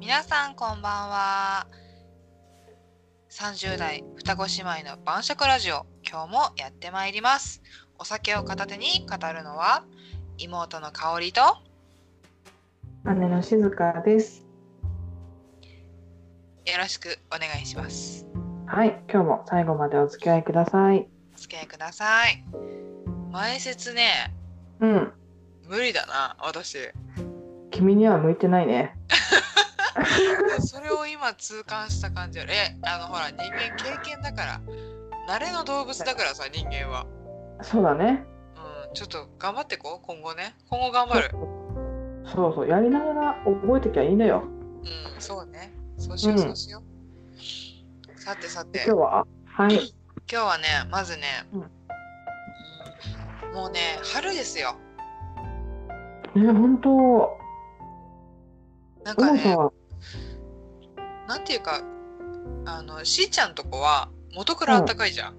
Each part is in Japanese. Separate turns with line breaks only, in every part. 皆さんこんばんは30代双子姉妹の晩酌ラジオ今日もやってまいりますお酒を片手に語るのは妹の香りと
姉の静香です。
よろしくお願いします
はい、今日も最後までお付き合いください。
お付き合いください前説ね
うん、
無理だな私
君には向いてないね。
それを今痛感した感じあるえあのほら人間経験だから慣れの動物だからさ人間は
そうだね。
うんちょっと頑張ってこう今後ね今後頑張る
そうそう、やりながら覚えてきゃいいのよ。
うん、そうね。そうしよう、
うん
そうしよう。さてさて、
今日
今
ははい、
日はね、まずね、
うん
もうね、春ですよ。
ね、本当、も
なんか
も
ね、
さ、
なんていうか、あの、しーちゃんとこは元からあったかいじゃん。
い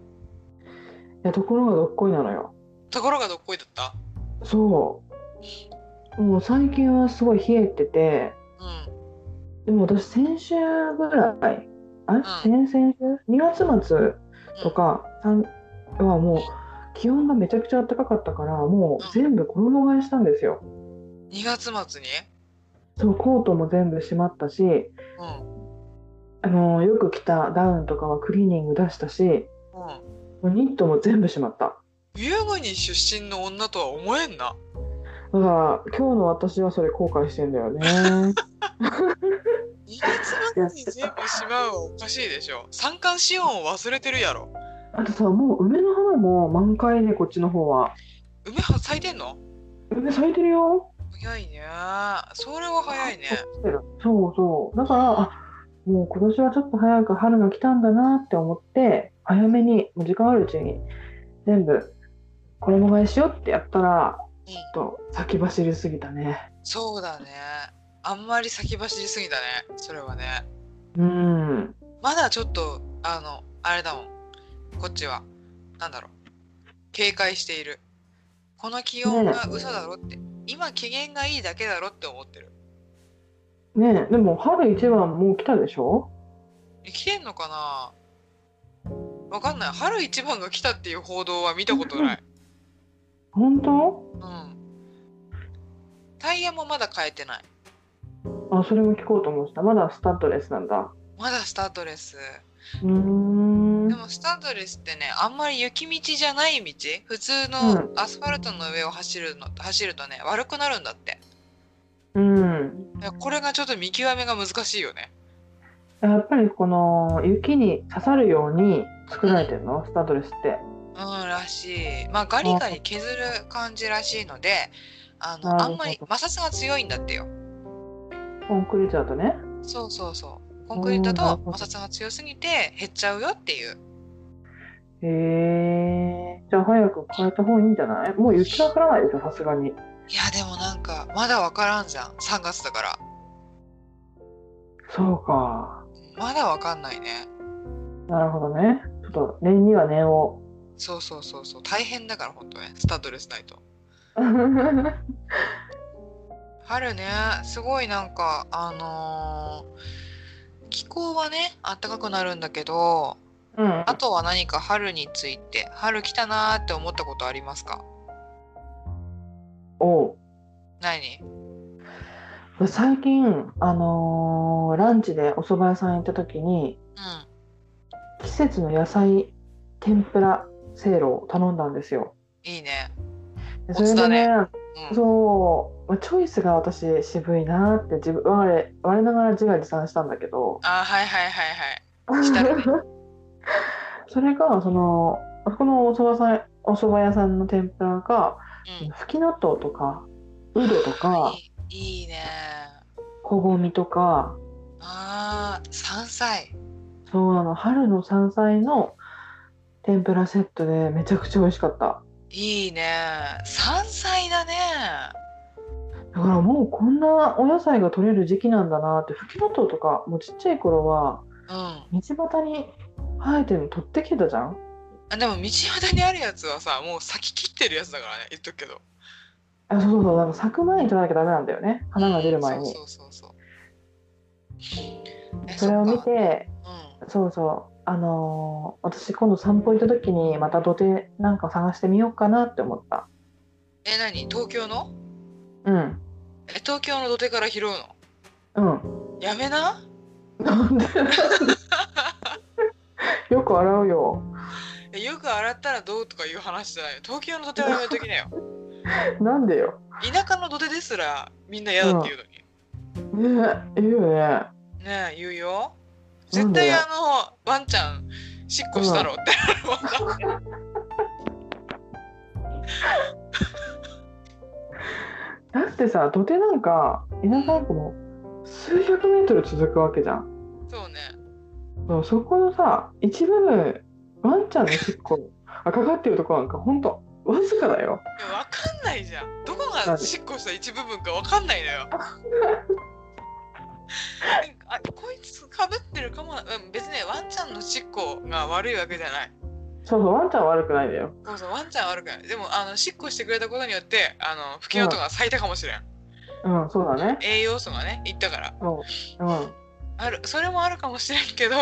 やところがどっこいなのよ。
ところがどっこいだった
そう、もう最近はすごい冷えてて、
うん。
でも私先週ぐらい、あれ、
ん
先々週 ?2 月末とか三はもう気温がめちゃくちゃ暖かかったからもう全部衣替えしたんですよ。
2月末に
そうコートも全部しまったし、
うん。
あのーよく着たダウンとかはクリーニング出したし
うん。
もうニットも全部しまった。
ユーゴニ出身の女とは思えんな。
だから今日の私はそれ後悔してんだよね。
2月末に全部しまうはおかしいでしょ。三寒四温を忘れてるやろ。
あとさもう梅の花も満開ねこっちの方は。
梅は咲いてんの
梅咲いてるよ。
早いね。それは早いね。
そうそう。だからあもう今年はちょっと早く春が来たんだなって思って早めにもう時間あるうちに全部衣替えしようってやったら
うん
ちょっと先走りすぎたね。
そうだね。あんまり先走りすぎたね。それはね。
うん。
まだちょっと、あの、あれだもん。こっちは。なんだろう。警戒している。この気温が嘘だろって。今機嫌がいいだけだろって思ってる。
ねえでも春一番もう来たでしょ
え来てんのかなわかんない。春一番が来たっていう報道は見たこと ない。
本当
うん。タイヤもまだ変えてない。
あそれも聞こうと思ってたまだスタッドレスなんだ
まだスタートレス。
うーん
でもスタッドレスってねあんまり雪道じゃない道普通のアスファルトの上を走るの走るとね悪くなるんだって
うん
いやこれがちょっと見極めが難しいよね
やっぱりこの雪に刺さるように作られてるのスタッドレスって
うんらしいまあガリガリ削る感じらしいのであ
なる
のあ
ほど
んまり摩擦が強いんだってよ
コンクリートだとね
そうそうそうコンクリート
うんな
だ
る
と
ほど
摩擦が強すぎて減っちゃうよっていう
へえじゃあ早く変えた方がいいんじゃないもう雪は降らないでしょさすがに
いやでもなんかまだ分からんじゃん3月だから
そうか
まだ分かんないね
なるほどねちょっと念には念を
そうそうそうそう大変だから本当ねスタッドレスないと。春ねすごいなんかあのー気候はねあったかくなるんだけど
うん
あとは何か春について春来たなーって思ったことありますか
おう
何
最近、あのーランチでお蕎麦屋さん行った時に
う
季節の野菜天ぷらせいろを頼んだんですよ。
んいいね
で
お
そ
つ
れ
だ
で
ね
ね
うん
そう、まあチョイスが私渋いなって自分我我ながら自画自賛したんだけど
あーはいはいはいはいした るね
それがそのあそこのお蕎麦さんお蕎麦屋さんの天ぷらが
うん
ふき納豆とかうどとか
いいいいね
こごみとか
あー山菜
そうあの春の山菜の天ぷらセットでめちゃくちゃ美味しかった。
いいね山菜だね
だからもうこんなお野菜が取れる時期なんだなってふき納豆とかもうちっちゃい頃は
うん
道端に生えてるの取ってきてたじゃん
あでも道端にあるやつはさもう咲き切ってるやつだからね言っとくけど
あそうそうそうだから咲く前に取らなきゃダメなんだよね花が出る前に
そうそうそうそうえ
それを
っ
見
か
て
う
そうそうあのー私今度散歩行った時にまた土手なんか探してみようかなって思った
ん、え何東京の
うん
え東京の土手から拾うの
うん
やめな
なんで よく洗うよ
えよく洗ったらどうとかいう話じゃないよ東京の土手はやめときなよ
なんでよ
田舎の土手ですらみんな嫌だって言うのに、
ねえいいよね
ねえ言うよ
な
絶
んで
対あのワンちゃんしっこしたろって なるもんな
だってさ土手なんか田舎なんかもう数百メートル続くわけじゃん
そうね
そうそこのさ一部分ワンちゃんの尻尾あかかってるとこなんかほんとわずかだよ
いやわかんないじゃんどこがしっこした一部分かわかんない のよなんかあこいつかぶってるかもなうん別にねワンちゃんのしっこが悪いわけじゃない
そうそうワンちゃんは悪くないんだよ
そうそうワンちゃんは悪くないでもあのしっこしてくれたことによってあのフケオとか咲いたかもしれん、
うんそうだね
栄養素がねいったから
う
あるそれもあるかもしれんけど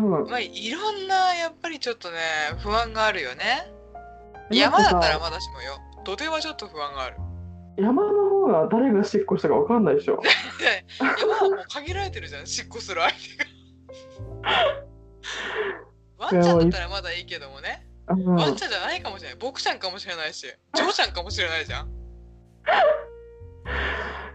んうん
まあ、いろんなやっぱりちょっとね不安があるよね
え
山だった
な
ら
んか
まだしもよ土手はちょっと不安がある
山の方が誰が尻尾したかわかんないでしょ
山はもう限られてるじゃん執行する相手がワンちゃんだったらまだいいけどもね、
うん
ワンちゃんじゃないかもしれないボクちゃんかもしれないしジョーちゃんかもしれないじゃん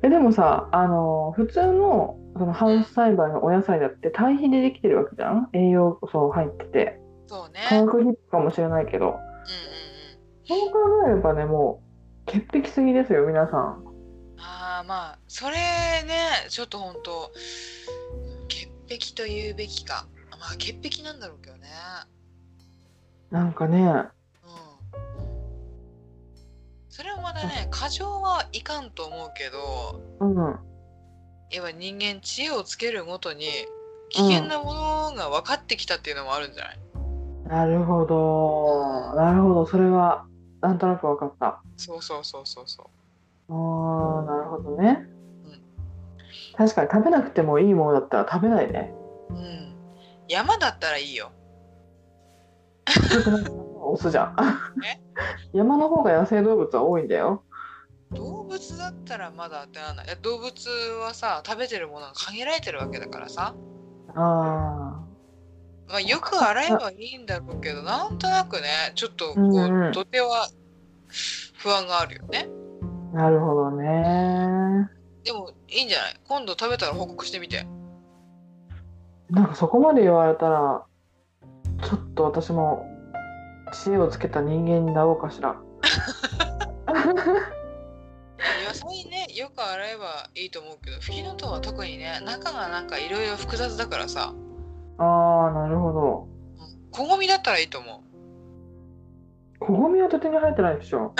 えでもさあの普通のそのハウス栽培のお野菜だって堆肥でできてるわけじゃん栄養素入ってて
そうね
化学肥料かもしれないけど
うんうん
そう考えればねもう潔癖すぎですよ皆さん
うんああまあそれねちょっとほんと潔癖と言うべきかまあ潔癖なんだろうけどね
なんかね
うんそれはまだね過剰はいかんと思うけど
うん
やっぱ人間知恵をつけるごとに危険なものが分かってきたっていうのもあるんじゃない、
なるほどなるほどそれはなんとなく分かった
そうそうそうそうそう
あーなるほどね
うん
確かに食べなくてもいいものだったら食べないね
うん山だったらいいよ
オスじゃん
え
山の方が野生動物は多いんだよ
動物だったらまだ当てらんないいや動物はさ食べてるものが限られてるわけだからさ、
あ
まあ、よく洗えばいいんだろうけどなんとなくねちょっとこう、
うんうん
とては不安があるよね
ーなるほどね
でもいいんじゃない今度食べたら報告してみて
なんかそこまで言われたらちょっと私も知恵をつけた人間になろうかしら
野菜ねよく洗えばいいと思うけどフキノトウは特にね中がなんかいろいろ複雑だからさ
ああなるほど
小ごみだったらいいと思う
小ゴミはとてに入ってないでしょ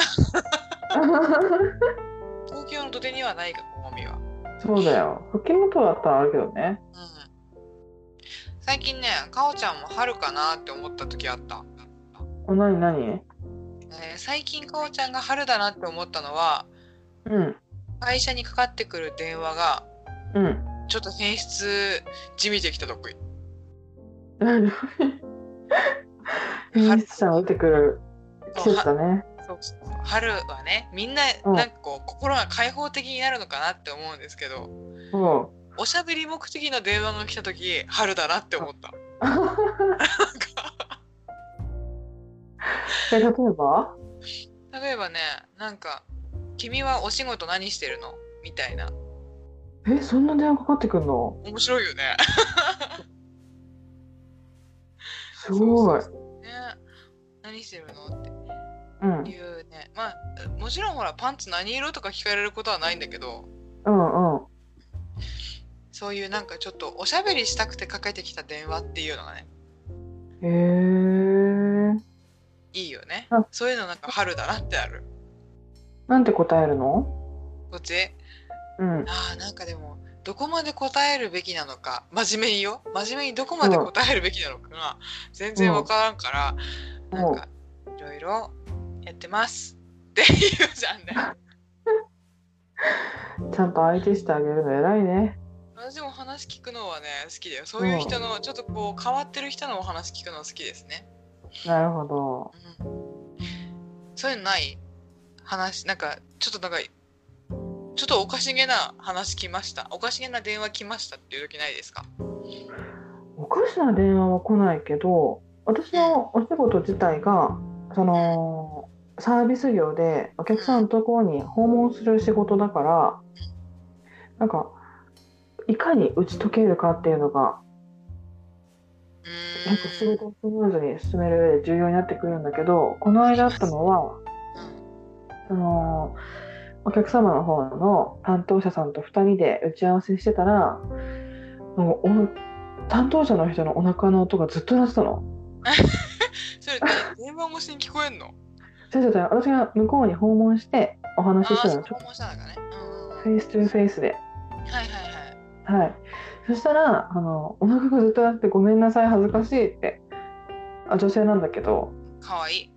東京の土手にはないか小ごみはうん
そうだ よ吹き元だったらあるけどね
最近ねかおちゃんも春かなって思った時あった、
おなになに
えー最近かおちゃんが春だなって思ったのは
うん
会社にかかってくる電話が
うん
ちょっと変質じみてきた時
何ミスちゃんが出てくる季節だね
そうそうそう春はねみんな
うん
なんかこう心が開放的になるのかなって思うんですけど
そ
おしゃべり目的の電話が来た時春だなって思った
うえ例えば
例えばねなんか「君はお仕事何してるの?」みたいな
えそんな電話かかってくるの
面白いよね
すごい
そうそうそう ね何してるのっ
うん
ていうねまあもちろんほらパンツ何色とか聞かれることはないんだけど
うんうん
そういうなんかちょっとおしゃべりしたくてかけてきた電話っていうのがね
へえ
いいよね
うん
そういうのなんか春だなってある
なんて答えるの
こっち
うん
あーなんかでもどこまで答えるべきなのか真面目によ真面目にどこまで答えるべきなのかが全然分からんから、
うん
なんかいろいろやってますって言うじゃんね。
ちゃんと相手してあげるの偉いね
うん同じお話聞くのはね好きだよそういう人のちょっとこう変わってる人のお話聞くの好きですね、
なるほど。
うん、そういうのない話なんかちょっとなんかちょっとおかしげな話来ましたおかしげな電話来ましたっていう時ないですか
おかしな電話は来ないけど私のお仕事自体がそのサービス業でお客さんのところに訪問する仕事だからなんかいかに打ち解けるかっていうのが
う
なんか仕
ーん
事をスムーズに進める上で重要になってくるんだけどこの間あったのはそのお客様の方の担当者さんと2人で打ち合わせしてたらもうお担当者の人のお腹の音がずっと鳴ってたの。
それ電話越しに聞こえんの
先生と私が向こうに訪問してお
あ
話しして
あ
た
そ
の
う
フ
したのかね、うんうんうん、
ェイストゥフェイスで
はいはいはい
はいそしたらあのお腹がずっと鳴って「ごめんなさい恥ずかしい」ってあ女性なんだけど
かわいい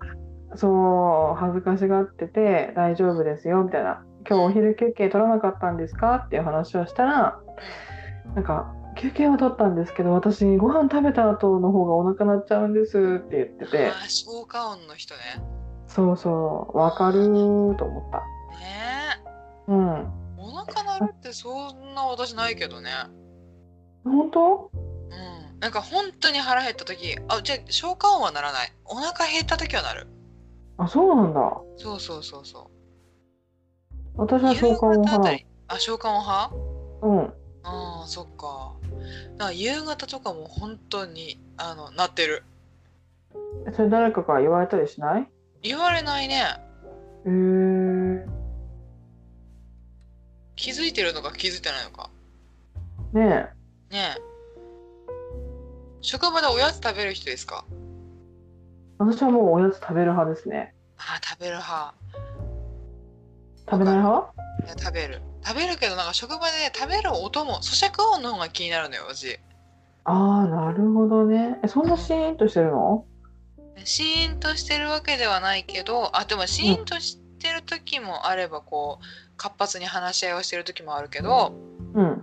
そう恥ずかしがってて「大丈夫ですよ」みたいな「今日お昼休憩取らなかったんですか?」っていう話をしたらなんか「休憩は取ったんですけど私ご飯食べた後の方がお腹鳴っちゃうんです」って言ってて
あー消化音の人ね
そうそうわかるーと思った
ね
うん
えお腹鳴るってそんな私ないけどね
本当
うんなんか本当に腹減った時あじゃあ消化音はならないお腹減った時はなる
あそうなんだ
そうそうそうそ
私
う
は召喚を
夕方あた
払う。
りあ消化音派
うん。
あーそっかだから夕方とかも本当にあの鳴ってる
それ誰かから言われたりしない
言われないね
へえー。
気づいてるのか気づいてないのか
ね
ねえ職場でおやつ食べる人ですか
え。私はもうおやつ食べる派ですね。
あー食べる派
食べない派
いや食べる食べるけどなんか職場でね食べる音も咀嚼音の方が気になるのよ私
ああ、なるほどね。え、そんなシーンとしてるの
シーンとしてるわけではないけどあでもシーンとしてる時もあればこう活発に話し合いをしてる時もあるけど、
うん。
うん、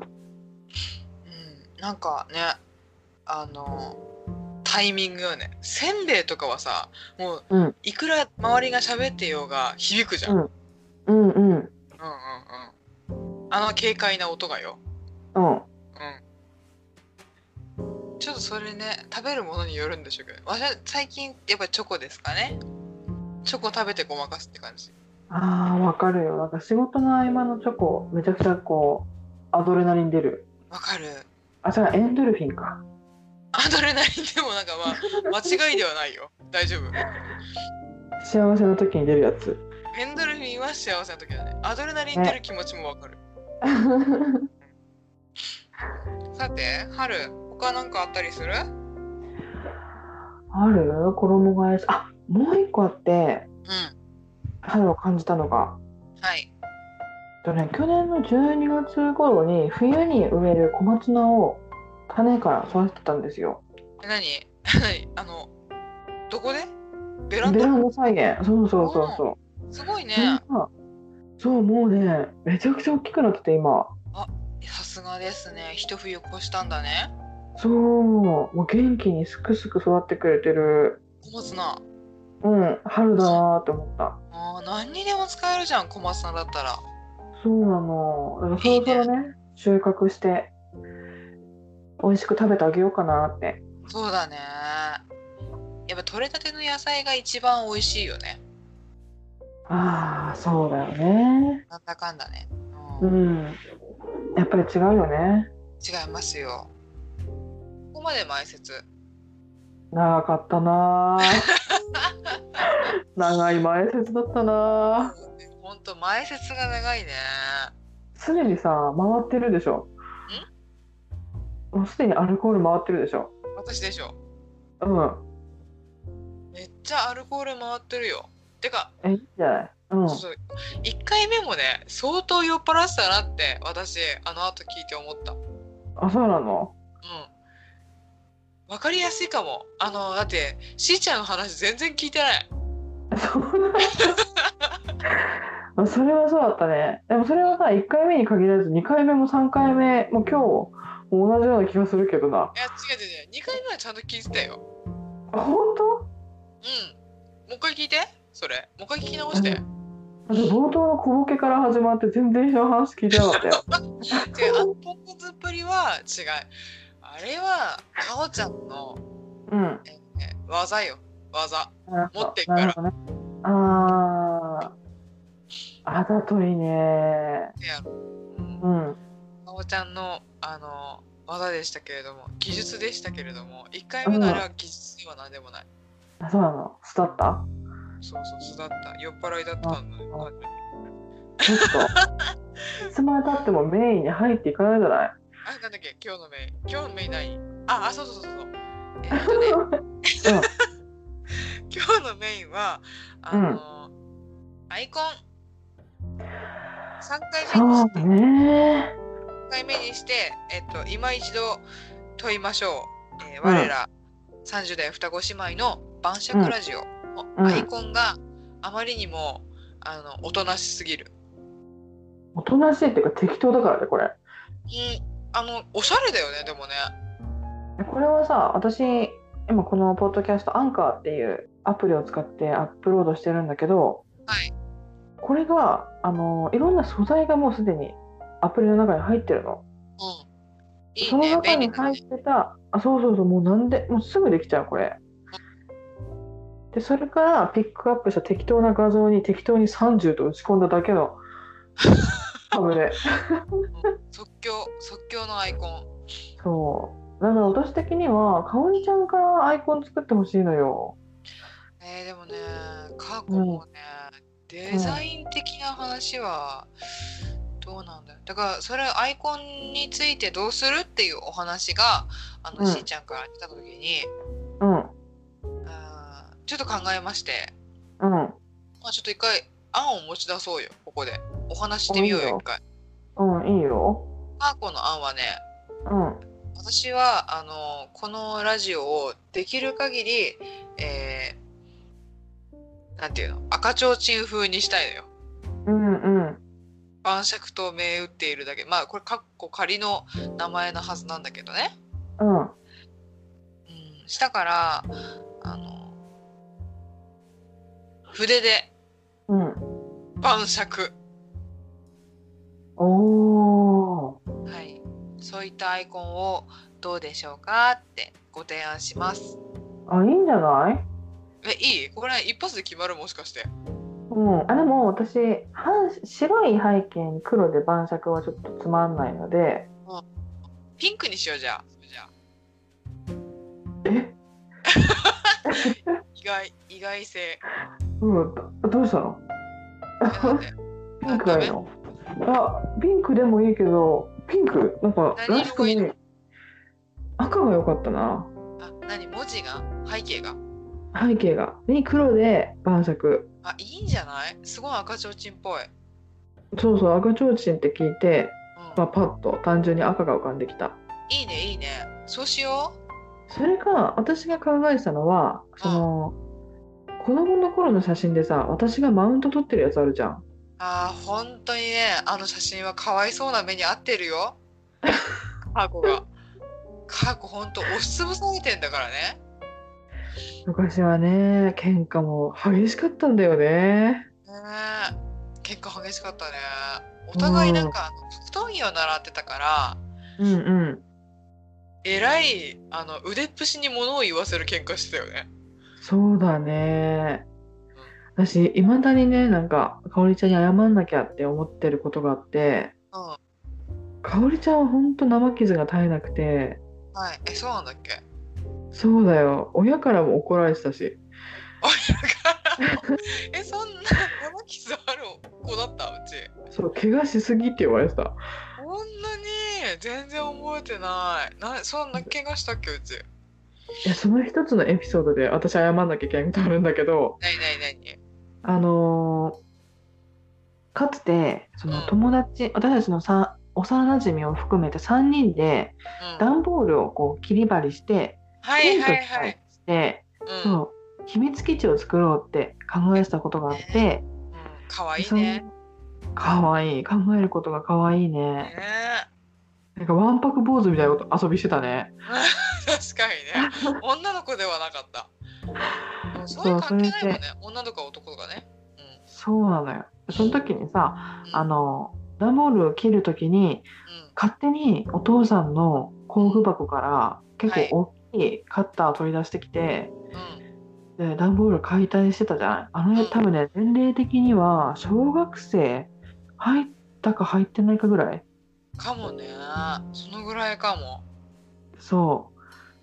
なんかねあのタイミングよねせんべいとかはさもう、
うん
いくら周りが喋ってようが響くじゃん、
う
うんん、
うんうん。う
う
ん。
んうんあの軽快な音がようんちょっとそれね食べるものによるんでしょうけど私は最近やっぱチョコですかねチョコ食べてごまかすって感じ
ああ、わかるよ。なんか仕事の合間のチョコ、めちゃくちゃこう、アドレナリン出る。
わかる
あ、じゃあエンドルフィンか。
アドレナリンでもなんかまあ 間違いではないよ大丈夫
幸せな時に出るやつ。
エンドルフィンは幸せな時だねアドレナリン出る気持ちもわかる、さて春他なんかあったりするうん
ある衣替えし。あ、もう一個あって、春を感じたのが、
はい
えっとね、去年の12月頃に冬に植える小松菜を種から育てたんですよ。
え何 何あのどこでベラン
ベラ
ダ
ンダ菜園。そうそうそうそう。
すごいね
それがそうもうねめちゃくちゃ大きくなってて今。
さすがですね一冬越したんだね
そうもう元気にすくすく育ってくれてる。
小松菜
うん春だなーって思った。
あー何にでも使えるじゃん小松菜だったら
そうなの。だからそろそろね収穫して美味しく食べてあげようかなって。
そうだねやっぱ取れたての野菜が一番美味しいよね
ああそうだよね。
なんだかんだね、う、
うん
違
ん。やっぱり違うよね。
いますよここまで前説
長かったなぁ長い前説だったなぁ
ほんと前説が長いね
すでにさ回ってるでしょもうすでにアルコール回ってるでしょ
私でしょ
うん
めっちゃアルコール回ってるよてか、
えいいんじゃないうん
そうそう1回目もね相当酔っ払ってたなって私あの後聞いて思った
あそうなの
うん。わかりやすいかも。あの、だって、しーちゃんの話全然聞いてない。
そうあ それはそうだったね。でもそれはさ、1回目に限らず、2回目も3回目も今日も同じような気がするけどな。
いや違う違う違う2回目はちゃんと聞いてたよ
あ本当
うんもう一回聞いてそれもう一回聞き直して違う
あと冒頭の小ボケから始まって全然人の話聞いてなかったよ。
あのポンコツっぷりは違うあれはかおちゃんの
うん。
え技よ技持ってっか
な
ら
るほどね。ああ。あざといね。
せやろ、うん
うん。
かおちゃんのあの技でしたけれども技術でしたけれども1回目のあれは技術では何でもない
あそうなの。巣だった
そうそう巣だった酔っ払いだったのに
ちょっ と。いつまでたってもメインに入っていかないじゃない
あなんだっけ今日のメイン今日のメイン何ああそうそうそうそうえっとね 今日のメインはあの、アイコン3回目に
そ
して
うね。
3回目にして、えっと、今一度問いましょう、えー我ら30代双子姉妹の晩酌ラジオ
うん
のアイコンがあまりにもあのおとなしすぎる、
おとなしいっていうか適当だからね、これ。
うん、あのおしゃれだよねでもね
これはさ私今このポッドキャストアンカーっていうアプリを使ってアップロードしてるんだけど、
はい
これがあのいろんな素材がもうすでにアプリの中に入ってるの
うんいい
その
ね
中
便
に
利だ
入っ
ね
てたあそうそうそうもうなんでもうすぐできちゃうこれでそれからピックアップした適当な画像に適当に30と打ち込んだだけ のタブで
即興即興のアイコン
そうだから私的にはかおりちゃんからアイコン作ってほしいのよ
えー、でもね過去もね、デザイン的な話はどうなんだよだからそれアイコンについてどうするっていうお話があの、
うん
しーちゃんから来た時に
うん
あーちょっと考えまして、
うん
まあ、ちょっと一回案を持ち出そうよここでお話ししてみよう
いい
よ
よ
一回
うん、いいよ。
過去の案はね
うん、
私はあのこのラジオをできる限りえー、なんていうの赤ちょうちん風にしたいのよ
うん、うん、
晩酌と銘打っているだけまあこれかっこ仮の名前のはずなんだけどね、
うん、
うん、したからあの筆で
うん。
晩酌
おー、
はいそういったアイコンをどうでしょうかってご提案します
あ、いいんじゃない。
えいいこれ一発で決まるもしかして
うん、あ、でも、私、半白い背景に黒で晩酌はちょっとつまんないので。
ピンクにしようじゃあじゃあ
え、
意外意外 性
うん、どどうしたの。
えなんで
ピンクがいいの。あ、ピンクでもいいけど、ピンク、なんか、
何色がいいの
らしくない。赤が良かったな。
あ何文字が背景が
背景が、に黒で晩酌。
あいいんじゃないすごい赤ちょうちんっぽい、
そうそう、赤ちょうちんって聞いて、
うん
まあ、パッと単純に赤が浮かんできた。
いいねいいねそうしよう
それか私が考えてたのはその子供の頃の写真でさ私がマウント取ってるやつあるじゃん
あー本当にねあの写真はかわいそうな目に遭ってる よ過去が過去本当押しつぶされてんだからね
昔はね喧嘩も激しかったんだよね
ねえ結構激しかったねお互いなんかあの格闘技を習ってたから
うんうん
えらいあの腕っぷしに物を言わせる喧嘩してたよね
そうだね私いまだにねなんかかおりちゃんに謝んなきゃって思ってることがあって
うんは
かおりちゃんはほんと生傷が絶えなくて
いえそうなんだっけ
そうだよ親からも怒られてたし
えそんな生傷ある子だったうち
そう怪我しすぎって言われてた
こんなに全然覚えてないなそんな怪我したっけうち
いやその一つのエピソードで私謝んなきゃいけないことあるんだけど
ないないないない
あのーかつてその
うん
友達、私たちのさ幼馴染を含めて3人で
うん、
段ボールをこう切り張りして
はいはいは
テン
い
ト。にして、
うん
そう秘密基地を作ろうって考えてたことがあって、
うん、かわいい
その
ね。
かわいい考えることがかわいいね
ね
なんかわんぱく坊主みたいなこと遊びしてたね
確かにね女の子ではなかったでもそういう関係ないもんね女とか男とかね
そうなのよその時にさ
うん
あの段ボールを切る時に
うん
勝手にお父さんの工具箱から結構大きいカッターを取り出してきて、
うん
で段ボール解体してたじゃないあの
う
ね
ん
多分ね年齢的には小学生入ったか入ってないかぐらい
かもねそのぐらいかも
そ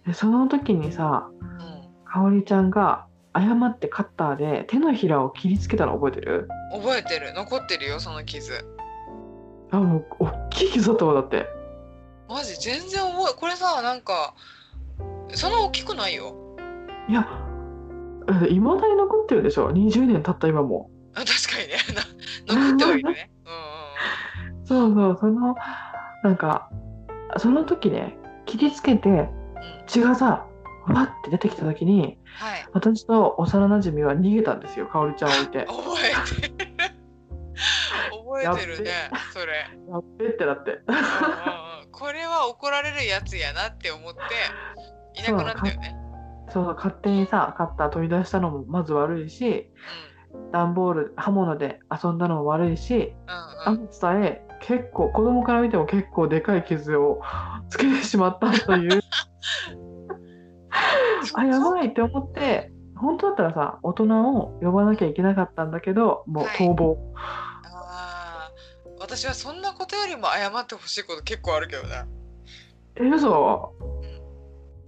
うでその時にさ
うん
かおりちゃんが誤ってカッターで手のひらを切りつけたの覚えてる
覚えてる残ってるよその傷
あもう大きい傷だったわだって
マジ全然覚えこれさなんかそんな大きくないよ
いやいまだに残ってるでしょ20年経った今も
あ確かにね な残ってはいる ねうんうんうん
そうそうそのなんかその時ね切りつけて
うん
血がさわって出てきた時に
はい
私と幼なじみは逃げたんですよかおりちゃんを置いて
覚えてる覚えてるねそれ
やっべってなって
うんうんうんこれは怒られるやつやなって思っていなくなったよね。
そうそう勝手にさカッター取り出したのもまず悪いし段ボール刃物で遊んだのも悪いし
うんうんうん
甘さえ結構子供から見ても結構でかい傷を つけてしまったというあやばいって思って本当だったらさ大人を呼ばなきゃいけなかったんだけどもう
はい
逃亡、
あー私はそんなことよりも謝ってほしいこと結構あるけどな。
え嘘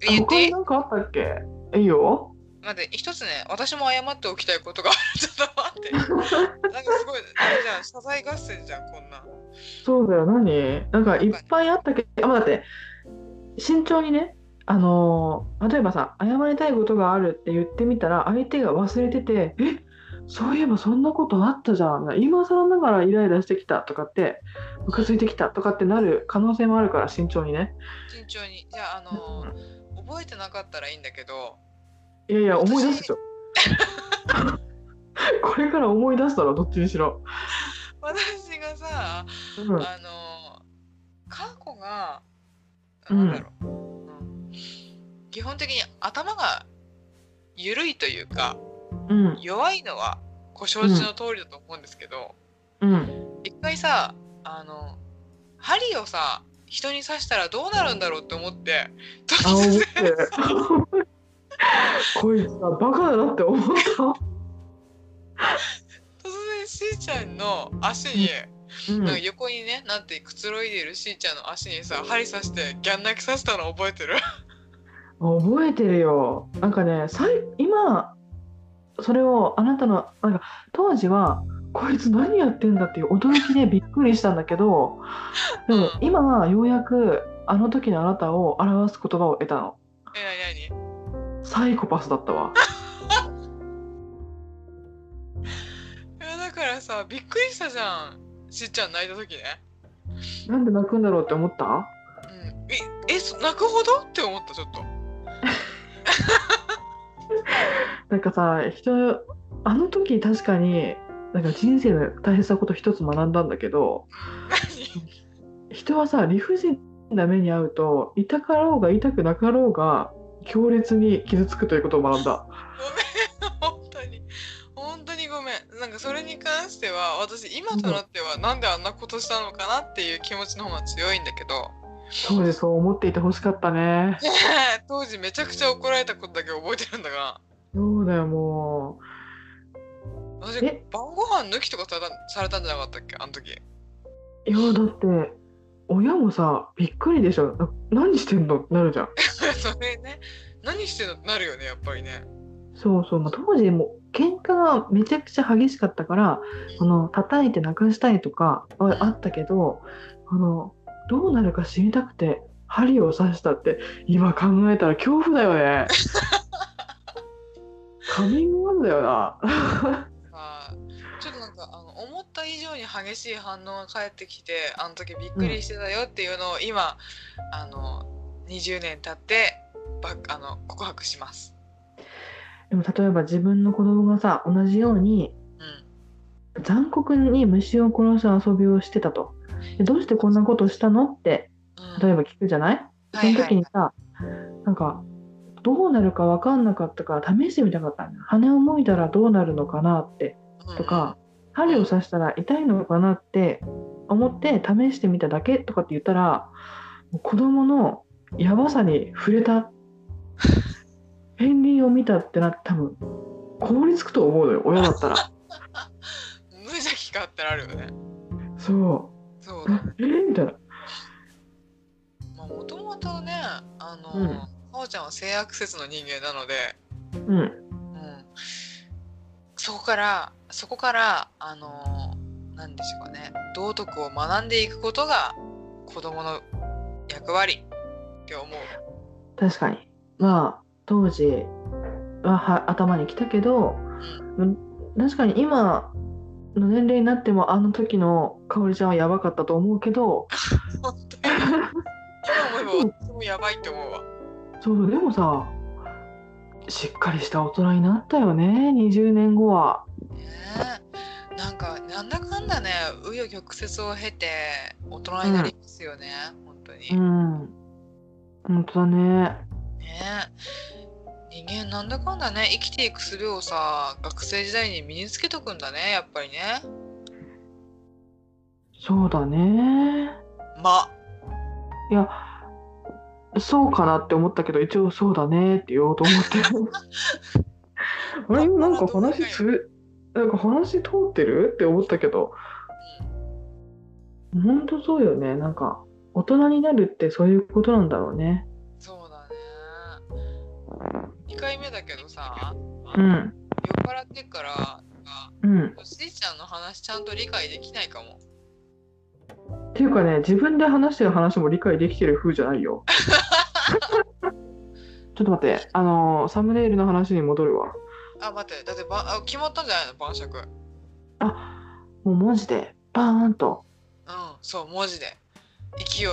言っ
他
てい
に
い
何かあったっけいいよ
待って一つね私も謝っておきたいことがあるちょっと待って なんかすごいあれじゃん謝罪合戦じゃんこんなん。
そうだよ何なんかいっぱいあったけどあ待って慎重にねあのー例えばさ謝りたいことがあるって言ってみたら相手が忘れてて「えそういえばそんなことあったじゃん」今更ながらイライラしてきたとかってムカついてきたとかってなる可能性もあるから慎重にね
慎重にじゃああのー覚えてなかったらいいんだけど
いや いや思い出すでしょこれから思い出すだろどっちにしろ、
私がさ
うん、
あの過去が
うん
なんだろう、うん基本的に頭が緩いというか
うん
弱いのはご承知の通りだと思うんですけど、
うん
一回さあの針をさ人に刺したらどうなるんだろうって思って
あ
突
思っ
然
て こいつはバカだなって思っ
突然しーちゃんの足に、
た、うん
なんか横にねなってくつろいでいるしーちゃんの足にさ針刺してギャン泣きさせたの覚えてる
覚えてるよなんかねさい今それをあなたのなんか当時はこいつ何やってんだっていう驚きでびっくりしたんだけどでも
うん
今はようやくあの時のあなたを表す言葉を得たの
えなに
サイコパスだったわ
いやだからさびっくりしたじゃんしーちゃん泣いた時ね、
なんで泣くんだろうって思った
うん、ええそ泣くほどって思ったちょっと
なんかさ人あの時確かになんか人生の大切なこと一つ学んだんだけど
何
人はさ理不尽な目に遭うと痛かろうが痛くなかろうが強烈に傷つくということを学んだ
本当に本当にごめんなんかそれに関しては私今となってはなんであんなことしたのかなっていう気持ちの方が強いんだけ ど
当時そう思っていてほしかったね
ねえ当時めちゃくちゃ怒られたことだけ覚えてるんだが
そうだよも
私
え
晩ご飯抜きとかされたされたんじゃなかったっけあの 時
ういやだって親もさびっくりでしょな何してんのってなるじゃん
それね何してんのってなるよねやっぱりね
そうそう、まあ、当時もう喧嘩がめちゃくちゃ激しかったからその叩いてなくしたいとかはあったけどあのどうなるか知りたくて針を刺したって今考えたら恐怖だよ ねカミングオンだよな
あーちょっとなんかあの思った以上に激しい反応が返ってきてあの時びっくりしてたよっていうのを今、あの20年経ってばあの告白します。
でも例えば自分の子供がさ同じように
うん
残酷に虫を殺す遊びをしてたとでどうしてこんなことしたのって例えば聞くじゃないその時にさ、なんかどうなるか分かんなかったから試してみたかった羽をもいたらどうなるのかなってとか、針を刺したら痛いのかなって思って試してみただけとかって言ったらもう子供のやばさに触れた片鱗を見たってなって多分凍りつくと思うのよ親だったら
うん無邪気かったらあるよね
そ
そう
う
だ
ええみたいな
まあもともとねあの、
うん
かおちゃんは性悪説の人間なので、
うん
うん、そこからそこからあの何でしょうかね道徳を学んでいくことが子供の役割って思う。
確かにまあ当時はは頭にきたけどうん確かに今の年齢になってもあの時のかおりちゃんはやばかったと思うけど
本当に今思えば私もやばいって思うわ。
そうでもさしっかりした大人になったよね20年後は
ねえなんかなんだかんだね紆余曲折を経て大人になりますよね、本当に。
うん本当だね
ね人間なんだかんだね生きていく術をさ学生時代に身につけとくんだねやっぱりね。
そうだね
ま
いやそうかなって思ったけど一応そうだねって言おうと思ってあれなんか話つなんか話通ってるって思ったけど本当そうよねなんか大人になるってそういうことなんだろうね
そうだね。2回目だけどさ、
うん
酔っ払ってっから、なんか
うん
おじいちゃんの話ちゃんと理解できないかも。
っていうかね自分で話してる話も理解できてる風じゃないよ ちょっと待ってあのーサムネイルの話に戻るわ
あ、待って、だってばんあ決まったんじゃないの晩酌。うん、
あもう文字でバーンと
そう、文字で。勢い。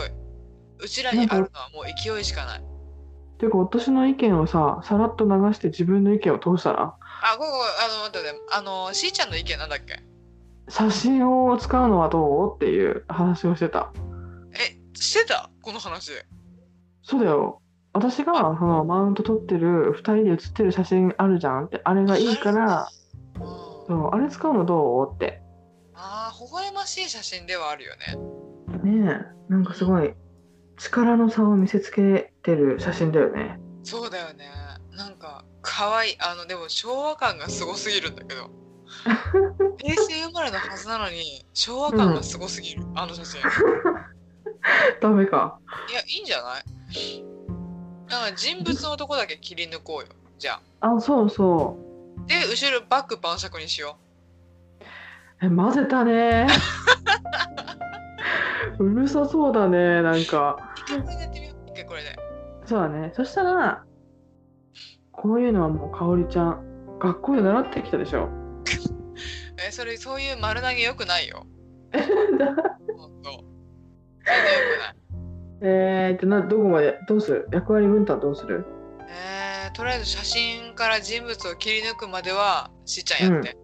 うちらにあるのはもう勢いしかない。
ていうか私の意見をささらっと流して自分の意見を通したら
あ、ここ、あの、待って、待ってあの、しーちゃんの意見なんだっけ
写真を使うのはどうっていう話をしてた
え、してたこの話。
そうだよ私がそのマウント撮ってる2人で写ってる写真あるじゃんってあれがい いから
う
そ
ん、
うあれ使うのどうって
あー、微笑ましい写真ではあるよね。
ねえなんかすごい力の差を見せつけてる写真だよね
そうだよねなんか可愛いあのでも昭和感がすごすぎるんだけ ど平成生まれのはずなのに昭和感がすごすぎる、あの写真い
ダメか
やいいんじゃないなんか人物のとこだけ切り抜こうよじゃ
あそうそう
あで後ろバック晩酌にしよ
え混ぜた ねうるさそうだねなんか
う一回これでやってみよう一回これで
そうだね。そしたら、こういうのはもうかおりちゃん、学校で習ってきたでしょ。
えそれそういう丸投げよくない よほんとそれでよくない
えーってな、どこまで、どうする役割分担どうする
えー、とりあえず写真から人物を切り抜くまではしーちゃんやって、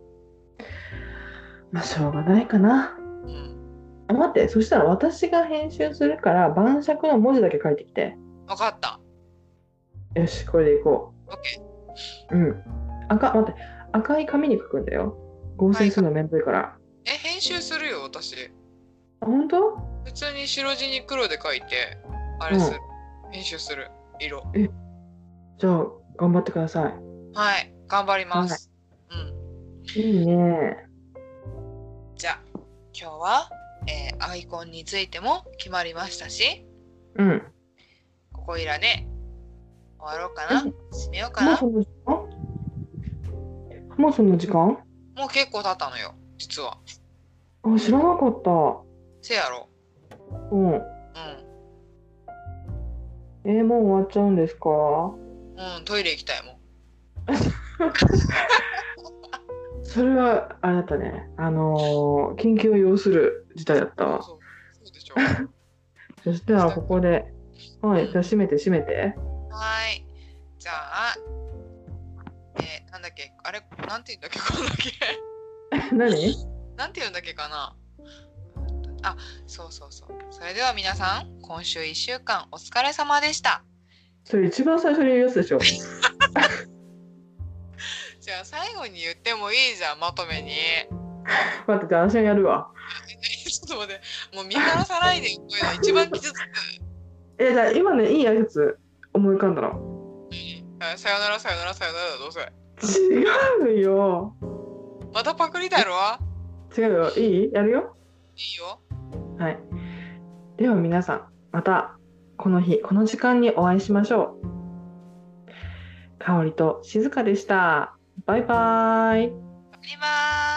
まあ、しょうがないかな。
うん、
あ待って、そしたら私が編集するから、晩酌の文字だけ書いてきて。
分かった
よし、これでいこ
OK
う。うん。赤、待って、赤い紙に書くんだよ。合成するのめんどいから。
え編集するよ私
あ本当
普通に白地に黒で書いてあれする、編集する色
じゃあ、頑張ってくださ
はい頑張ります、うん
い。いいね。
じゃあ今日は、えーアイコンについても決まりましたし
うん。
ここいらね終わろうかな
うん
締めようか
もう
な
その時間もうその時間
もう結構経ったのよ実は
あ、知らなかった。
せやろ
うん。
う
えーもう終わっちゃうんです
ん
か。
うんトイレ行きたいもん
それはあれだったね。あのー緊急を要する事態だったわ。
そうそうでしょは
そしたらここで、はい、じゃあ閉めて閉めて。
ー いじゃあえーなんだっけあれなんて言うんだっけこんだっけ
何？
なんていうんだっけかなあそうそうそうそれでは皆さん今週1週間お疲れ様でした
それ一番最初に言うやつでしょ
じゃあ最後に言ってもいいじゃんまとめに
待ってじゃあ私がやるわ
ちょっと待ってもう見からさないでこういうの一番傷つく
えじゃあ今ねいいやつ思い浮かんだの
あさよならさよならさよならだどうせ
違うよ
またパクリだろ
違うよいいやるよ
いいよ
はいでは皆さんまたこの日この時間にお会いしましょう香りと静かでしたバイバーイ
パクりまーす